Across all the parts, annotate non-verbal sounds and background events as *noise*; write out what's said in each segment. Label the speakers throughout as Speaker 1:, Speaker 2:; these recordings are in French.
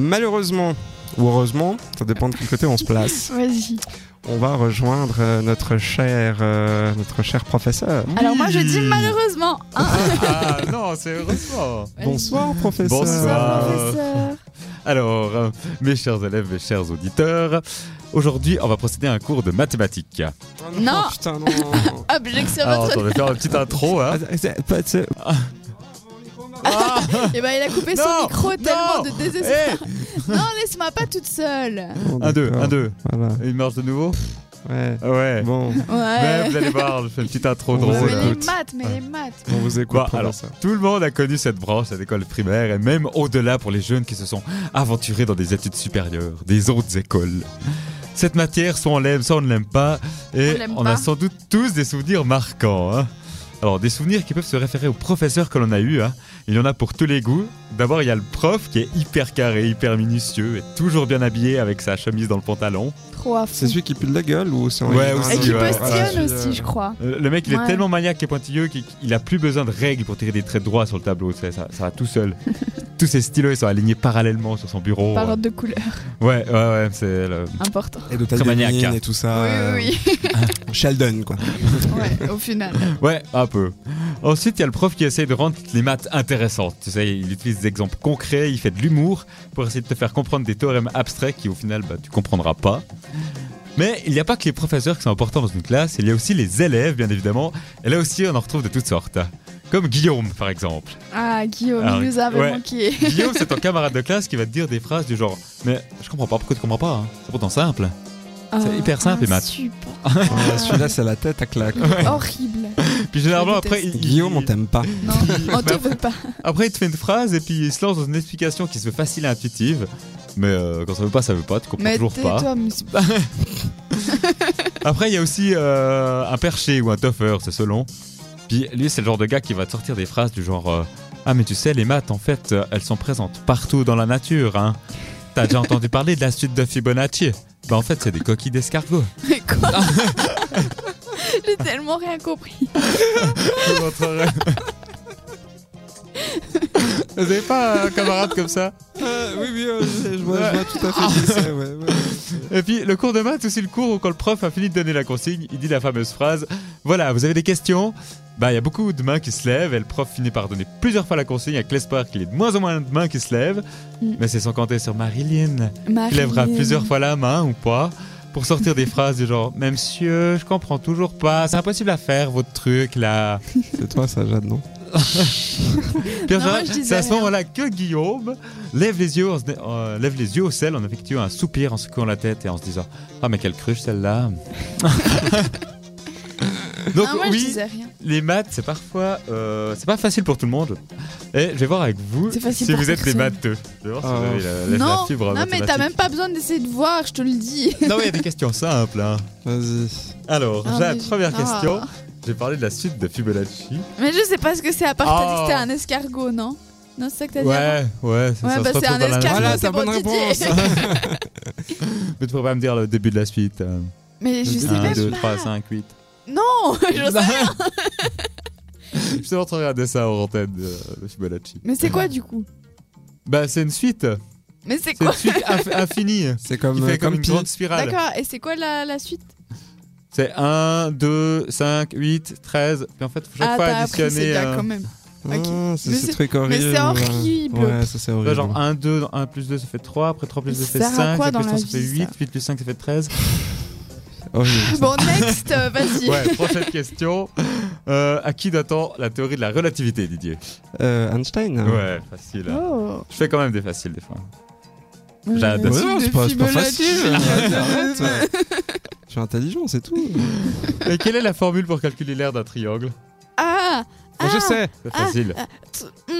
Speaker 1: Malheureusement, ou heureusement, ça dépend de quel côté on se place,
Speaker 2: Vas-y.
Speaker 1: on va rejoindre euh, notre cher, euh, notre cher professeur.
Speaker 2: Alors moi je dis malheureusement. hein.
Speaker 3: Ah non, c'est heureusement.
Speaker 1: Bonsoir professeur.
Speaker 2: Bonsoir,
Speaker 3: Bonsoir. Euh,
Speaker 2: professeur.
Speaker 3: Alors, euh, mes chers élèves, mes chers auditeurs, aujourd'hui, on va procéder à un cours de mathématiques.
Speaker 1: Oh
Speaker 2: Non.
Speaker 1: Putain, non.
Speaker 2: Objection à
Speaker 3: Alors,
Speaker 2: votre.
Speaker 3: attends, je vais faire
Speaker 2: *laughs*
Speaker 3: une petite intro. Hein.
Speaker 1: Ah, c'est- pas- c'est-
Speaker 3: Ah,
Speaker 2: Et ben il a coupé son
Speaker 3: Non,
Speaker 2: micro tellement
Speaker 3: non,
Speaker 2: de désespoir.
Speaker 3: hey
Speaker 2: Non laisse-moi pas toute seule.
Speaker 1: Bon,
Speaker 3: Eh, un, deux,
Speaker 1: oh, d'accord,
Speaker 3: un, deux.
Speaker 1: Voilà.
Speaker 3: Il marche de nouveau
Speaker 1: Ah. Ouais.
Speaker 3: Ouais.
Speaker 1: Bon,
Speaker 3: Mais
Speaker 2: Ouais.
Speaker 3: vous allez voir, je fais une petite intro
Speaker 1: Ouais,
Speaker 3: drôle.
Speaker 1: mais
Speaker 2: Mais
Speaker 1: les
Speaker 2: les maths, mais les maths.
Speaker 1: on vous écoute
Speaker 3: Bah, alors,
Speaker 1: professeur.
Speaker 3: Tout le monde a connu cette branche à l'école primaire et même au-delà pour les jeunes qui se sont aventurés dans des études supérieures, des autres écoles. Cette matière, soit on l'aime, soit on ne l'aime pas, et
Speaker 2: On l'aime
Speaker 3: on, a
Speaker 2: pas.
Speaker 3: sans doute tous des souvenirs marquants. hein. Alors, des souvenirs qui peuvent se référer aux professeurs que l'on a eus. hein. Il y en a pour tous les goûts. D'abord, il y a le prof qui est hyper carré, hyper minutieux, et toujours bien habillé avec sa chemise dans le pantalon.
Speaker 2: Trop à fond.
Speaker 1: C'est celui qui pue de la gueule ou c'est en
Speaker 3: Ouais,
Speaker 1: général,
Speaker 3: aussi,
Speaker 2: Et qui
Speaker 3: ouais.
Speaker 2: postillonne aussi, je crois.
Speaker 3: Euh, Le mec, il
Speaker 2: Ouais.
Speaker 3: est tellement maniaque et pointilleux qu'il qu'il a plus besoin de règles pour tirer des traits droits sur le tableau. tu sais, Ça, ça va tout seul.
Speaker 2: *laughs*
Speaker 3: Tous ses stylos, ils sont alignés parallèlement sur son bureau.
Speaker 2: Par ordre de couleur, *laughs*
Speaker 3: Ouais, ouais, ouais, c'est le-
Speaker 2: important.
Speaker 1: Et de taille de
Speaker 3: Très maniaque,
Speaker 1: mine
Speaker 3: hein.
Speaker 1: et tout ça.
Speaker 2: Oui, oui,
Speaker 1: euh, Sheldon, *laughs* quoi.
Speaker 2: oui. *laughs* Ouais, au final.
Speaker 3: Ouais, un peu. Ensuite, il y a le prof qui essaye de rendre les maths intéressantes. Tu sais, il utilise des exemples concrets, il fait de l'humour pour essayer de te faire comprendre des théorèmes abstraits qui, au final, bah, tu comprendras pas. Mais il n'y a pas que les professeurs qui sont importants dans une classe, il y a aussi les élèves, bien évidemment. Et là aussi, on en retrouve de toutes sortes. Comme Guillaume, par exemple.
Speaker 2: Ah, Guillaume,
Speaker 3: Alors,
Speaker 2: il nous avait
Speaker 3: ouais.
Speaker 2: manqué.
Speaker 3: Guillaume, c'est ton camarade de classe qui va te dire des phrases du genre Mais je comprends pas, pourquoi tu comprends pas hein C'est pourtant simple.
Speaker 2: Ah,
Speaker 3: C'est hyper simple, les maths.
Speaker 2: Super.
Speaker 1: Ouais, Celui-là, c'est la tête à *laughs* claque.
Speaker 2: Horrible.
Speaker 3: Puis généralement,
Speaker 2: Je
Speaker 3: après,
Speaker 2: déteste.
Speaker 3: il,
Speaker 1: Guillaume, on
Speaker 3: il-
Speaker 1: t'aime pas.
Speaker 3: *laughs*
Speaker 2: Non, on te veut pas.
Speaker 3: après, il te fait une phrase et puis il se lance dans une explication qui se veut facile et intuitive. Mais euh, quand ça veut pas, ça veut pas, tu comprends
Speaker 2: Mais
Speaker 3: toujours pas.
Speaker 2: tais-toi, monsieur.
Speaker 3: Après, il y a aussi euh, un perché ou un tougher, c'est selon. Puis lui, c'est le genre de gars qui va te sortir des phrases du genre euh, Ah, mais tu sais, les maths, en fait, euh, elles sont présentes partout dans la nature, hein. T'as déjà entendu parler de la suite de Fibonacci Bah, en fait, c'est des coquilles d'escargot.
Speaker 2: Mais quoi *laughs* J'ai tellement rien compris.
Speaker 3: Pour votre rêve. *laughs* Vous avez pas un camarade comme ça
Speaker 1: Ah, oui, oui, je,
Speaker 3: vois- je vois
Speaker 1: tout à fait qui c'est. Ouais, *laughs*
Speaker 3: Et puis le cours de maths, c'est aussi le cours où quand le prof a fini de donner la consigne, il dit la fameuse phrase Voilà, vous avez des questions Bah, il y a beaucoup de mains qui se lèvent et le prof finit par donner plusieurs fois la consigne avec l'espoir qu'il y ait de moins en moins de mains qui se lèvent.
Speaker 2: Mm.
Speaker 3: Mais c'est sans compter sur Marilyn, qui
Speaker 2: Marilyn.
Speaker 3: lèvera plusieurs fois la main ou pas pour sortir des phrases du genre Mais monsieur, je comprends toujours pas, c'est impossible à faire votre truc là.
Speaker 1: C'est toi, ça, Jade, non
Speaker 3: Pierre
Speaker 2: Non,
Speaker 3: Gérard,
Speaker 2: moi, je disais
Speaker 3: c'est à ce
Speaker 2: rien.
Speaker 3: moment-là que Guillaume lève les yeux, en se- euh, lève les yeux au sel en effectuant un soupir, en secouant la tête et en se disant Ah, mais quelle cruche celle-là
Speaker 2: *laughs*
Speaker 3: Donc,
Speaker 2: Ah, moi, je
Speaker 3: oui,
Speaker 2: disais rien.
Speaker 3: les maths, c'est parfois. euh, c'est pas facile pour tout le monde. Et je vais voir avec vous
Speaker 2: C'est facile
Speaker 3: si
Speaker 2: pour
Speaker 3: vous êtes des
Speaker 2: personne.
Speaker 3: matheux. Je vais voir si
Speaker 1: Ah.
Speaker 3: vous avez la, la- la
Speaker 2: Non,
Speaker 3: fibre
Speaker 2: non mais t'as
Speaker 3: mathématique.
Speaker 2: même pas besoin d'essayer de voir, je te le dis.
Speaker 3: Non, mais il y a des questions simples. hein.
Speaker 1: Vas-y.
Speaker 3: Alors,
Speaker 2: Ah,
Speaker 3: Jade,
Speaker 2: mais je-
Speaker 3: première
Speaker 2: ah.
Speaker 3: question. J'ai parlé de la suite de Fibonacci.
Speaker 2: Mais je sais pas ce que c'est, à part que t'as dit
Speaker 3: Oh.
Speaker 2: que c'était un escargot, non Non, c'est ça que t'as dit avant
Speaker 3: Ouais, ouais, ça,
Speaker 2: Ouais,
Speaker 3: ça
Speaker 2: bah,
Speaker 3: se
Speaker 2: c'est un
Speaker 3: retrouve dans la-
Speaker 2: escargot,
Speaker 1: Voilà,
Speaker 2: c'est
Speaker 1: ta
Speaker 2: bon,
Speaker 1: bonne
Speaker 2: Didier.
Speaker 1: réponse.
Speaker 3: Mais tu pourrais pas me dire le début de la suite. hein.
Speaker 2: *laughs* Mais je sais
Speaker 1: Un,
Speaker 2: même
Speaker 1: deux,
Speaker 2: pas.
Speaker 3: 5, 8.
Speaker 2: Non, *laughs* je hein. sais
Speaker 3: *laughs* Je suis en train de regarder ça en antenne de, de Fibonacci.
Speaker 2: Mais c'est quoi du coup
Speaker 3: Bah, c'est une suite.
Speaker 2: Mais c'est
Speaker 3: C'est une
Speaker 2: quoi
Speaker 3: suite inf- infinie.
Speaker 2: *laughs*
Speaker 1: C'est comme,
Speaker 3: Qui
Speaker 1: euh,
Speaker 3: fait comme
Speaker 1: comme
Speaker 3: une
Speaker 1: Pi.
Speaker 3: grande spirale.
Speaker 2: D'accord, et c'est quoi la, la suite
Speaker 3: C'est 1, 2, 5, 8, 13. Puis en fait, faut chaque
Speaker 2: Ah,
Speaker 3: fois
Speaker 2: t'as appris, c'est
Speaker 3: additionner.
Speaker 2: bien
Speaker 3: euh,
Speaker 2: quand même. Ok.
Speaker 1: Ah, c'est
Speaker 2: Mais
Speaker 1: ce
Speaker 2: c'est-
Speaker 1: truc horrible.
Speaker 2: c'est horrible.
Speaker 1: Ouais, ça, c'est
Speaker 3: tu vois,
Speaker 1: horrible.
Speaker 3: genre 1, 2, 1 plus 2, ça fait 3. Après 3 plus
Speaker 2: Mais
Speaker 3: 2, ça fait
Speaker 2: ça sert à
Speaker 3: 5.
Speaker 2: quoi
Speaker 3: 5
Speaker 2: dans
Speaker 3: plus 3,
Speaker 2: la
Speaker 3: ça fait
Speaker 2: vie,
Speaker 3: 8.
Speaker 2: ça
Speaker 3: 8 plus 5, ça
Speaker 2: *laughs*
Speaker 3: fait 13.
Speaker 1: Horrible.
Speaker 2: Bon, next, euh, vas-y.
Speaker 3: Ouais, prochaine question. Euh, à qui datant la théorie de la relativité, Didier
Speaker 1: Euh, Einstein
Speaker 3: Ouais, facile. hein.
Speaker 2: Oh.
Speaker 3: Je fais quand même des faciles des fois.
Speaker 2: Euh,
Speaker 3: J'adore.
Speaker 1: Ouais, non,
Speaker 2: de
Speaker 1: c'est pas, c'est pas
Speaker 2: Fibonacci.
Speaker 1: facile.
Speaker 2: *laughs*
Speaker 1: Arrête. Je suis intelligent, c'est tout.
Speaker 3: Et quelle est la formule pour calculer l'air d'un triangle
Speaker 2: Ah,
Speaker 1: Bon, je
Speaker 2: Ah.
Speaker 1: sais.
Speaker 3: C'est
Speaker 2: Ah,
Speaker 3: facile.
Speaker 2: t-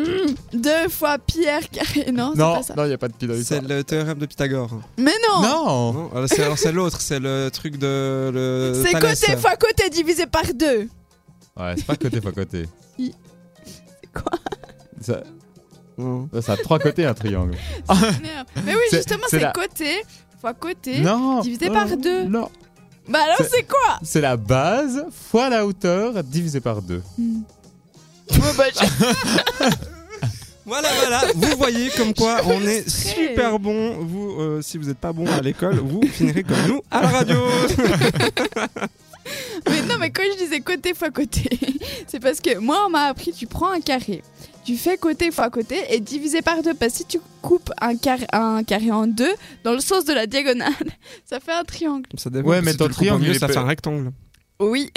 Speaker 2: mm, mm, Deux fois Pierre carré. *laughs* Non, c'est
Speaker 3: non,
Speaker 2: pas ça.
Speaker 3: non, il n'y a pas de pilote.
Speaker 1: C'est le théorème de Pythagore.
Speaker 2: Mais non,
Speaker 3: Non
Speaker 1: Non, alors, c'est- alors, c'est l'autre, c'est le truc de.
Speaker 3: Euh,
Speaker 1: le
Speaker 2: C'est
Speaker 1: Thalès.
Speaker 2: côté fois côté divisé par
Speaker 3: *laughs*
Speaker 2: deux.
Speaker 3: Ouais, c'est pas côté par côté.
Speaker 2: C'est quoi
Speaker 3: Ça,
Speaker 1: Non.
Speaker 3: ça a trois côtés un triangle.
Speaker 2: Merde. Mais oui,
Speaker 3: C'est-
Speaker 2: justement,
Speaker 3: c'est
Speaker 2: c'est
Speaker 3: la-
Speaker 2: côté fois côté.
Speaker 3: Non
Speaker 2: divisé
Speaker 3: non,
Speaker 2: par deux.
Speaker 3: Non
Speaker 2: Bah alors,
Speaker 3: C'est-
Speaker 2: c'est
Speaker 3: *laughs*
Speaker 2: quoi
Speaker 3: C'est la base fois la hauteur divisé par deux.
Speaker 2: Mm. Ouais, bah, je-
Speaker 1: Voilà, voilà. Vous voyez comme quoi
Speaker 2: Je
Speaker 1: on est
Speaker 2: serai.
Speaker 1: super bon. Vous, euh, si vous n'êtes pas bon à l'école, vous finirez comme nous à la radio.
Speaker 2: *laughs* Mais non, mais quand je disais côté fois côté, *laughs* c'est parce que moi, on m'a appris, tu prends un carré, tu fais côté fois côté et divisé par deux. Parce que si tu coupes un carré, un carré en deux, dans le sens de la diagonale, *laughs* ça fait un triangle.
Speaker 1: Ça dépend.
Speaker 3: Ouais, mais
Speaker 1: si
Speaker 3: ton
Speaker 1: tu le coupes en
Speaker 3: triangle,
Speaker 1: deux,
Speaker 3: il est
Speaker 1: ça
Speaker 3: pe-
Speaker 1: fait un rectangle.
Speaker 2: Oui,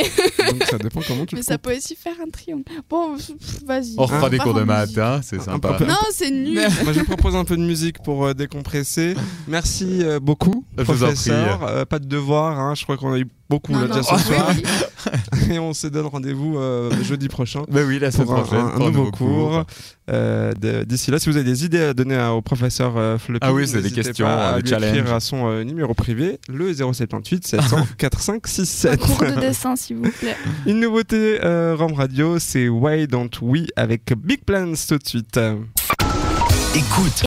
Speaker 1: Donc ça dépend comment tu
Speaker 2: *laughs* mais
Speaker 1: le
Speaker 2: ça
Speaker 1: coupes.
Speaker 2: peut aussi faire un triangle. Bon, pff, vas-y.
Speaker 3: On refera
Speaker 2: va
Speaker 3: des
Speaker 2: pas
Speaker 3: cours de
Speaker 2: rendre
Speaker 3: maths, hein, c'est sympa.
Speaker 1: peu-
Speaker 2: Non, c'est nul.
Speaker 1: *laughs* Moi, je propose un peu de musique pour euh, décompresser. Merci euh, beaucoup,
Speaker 3: Je vous en
Speaker 1: professeur. Euh, pas de devoir, hein, je crois qu'on a eu beaucoup
Speaker 2: Non,
Speaker 1: là,
Speaker 2: non,
Speaker 1: déjà
Speaker 2: *laughs*
Speaker 1: ce
Speaker 2: oui,
Speaker 1: soir.
Speaker 2: oui.
Speaker 1: Et on se donne rendez-vous euh, jeudi
Speaker 3: *laughs*
Speaker 1: prochain.
Speaker 3: Mais oui, la semaine
Speaker 1: pour un,
Speaker 3: prochaine,
Speaker 1: un- un
Speaker 3: pour
Speaker 1: nouveau cours. Euh, de- D'ici là, si vous avez des idées à donner à- au professeur euh, Floppy,
Speaker 3: Ah oui, c'est des
Speaker 1: n'hésitez
Speaker 3: questions,
Speaker 1: pas à
Speaker 3: des
Speaker 1: lui
Speaker 3: challenges.
Speaker 1: écrire à son euh, numéro privé, le 078 700
Speaker 2: Un
Speaker 3: *laughs*
Speaker 1: 4567.
Speaker 2: cours de dessin, s'il vous plaît.
Speaker 1: Une nouveauté euh, Rome Radio, c'est Why Don't We avec Big Plans tout de suite.
Speaker 4: Écoute.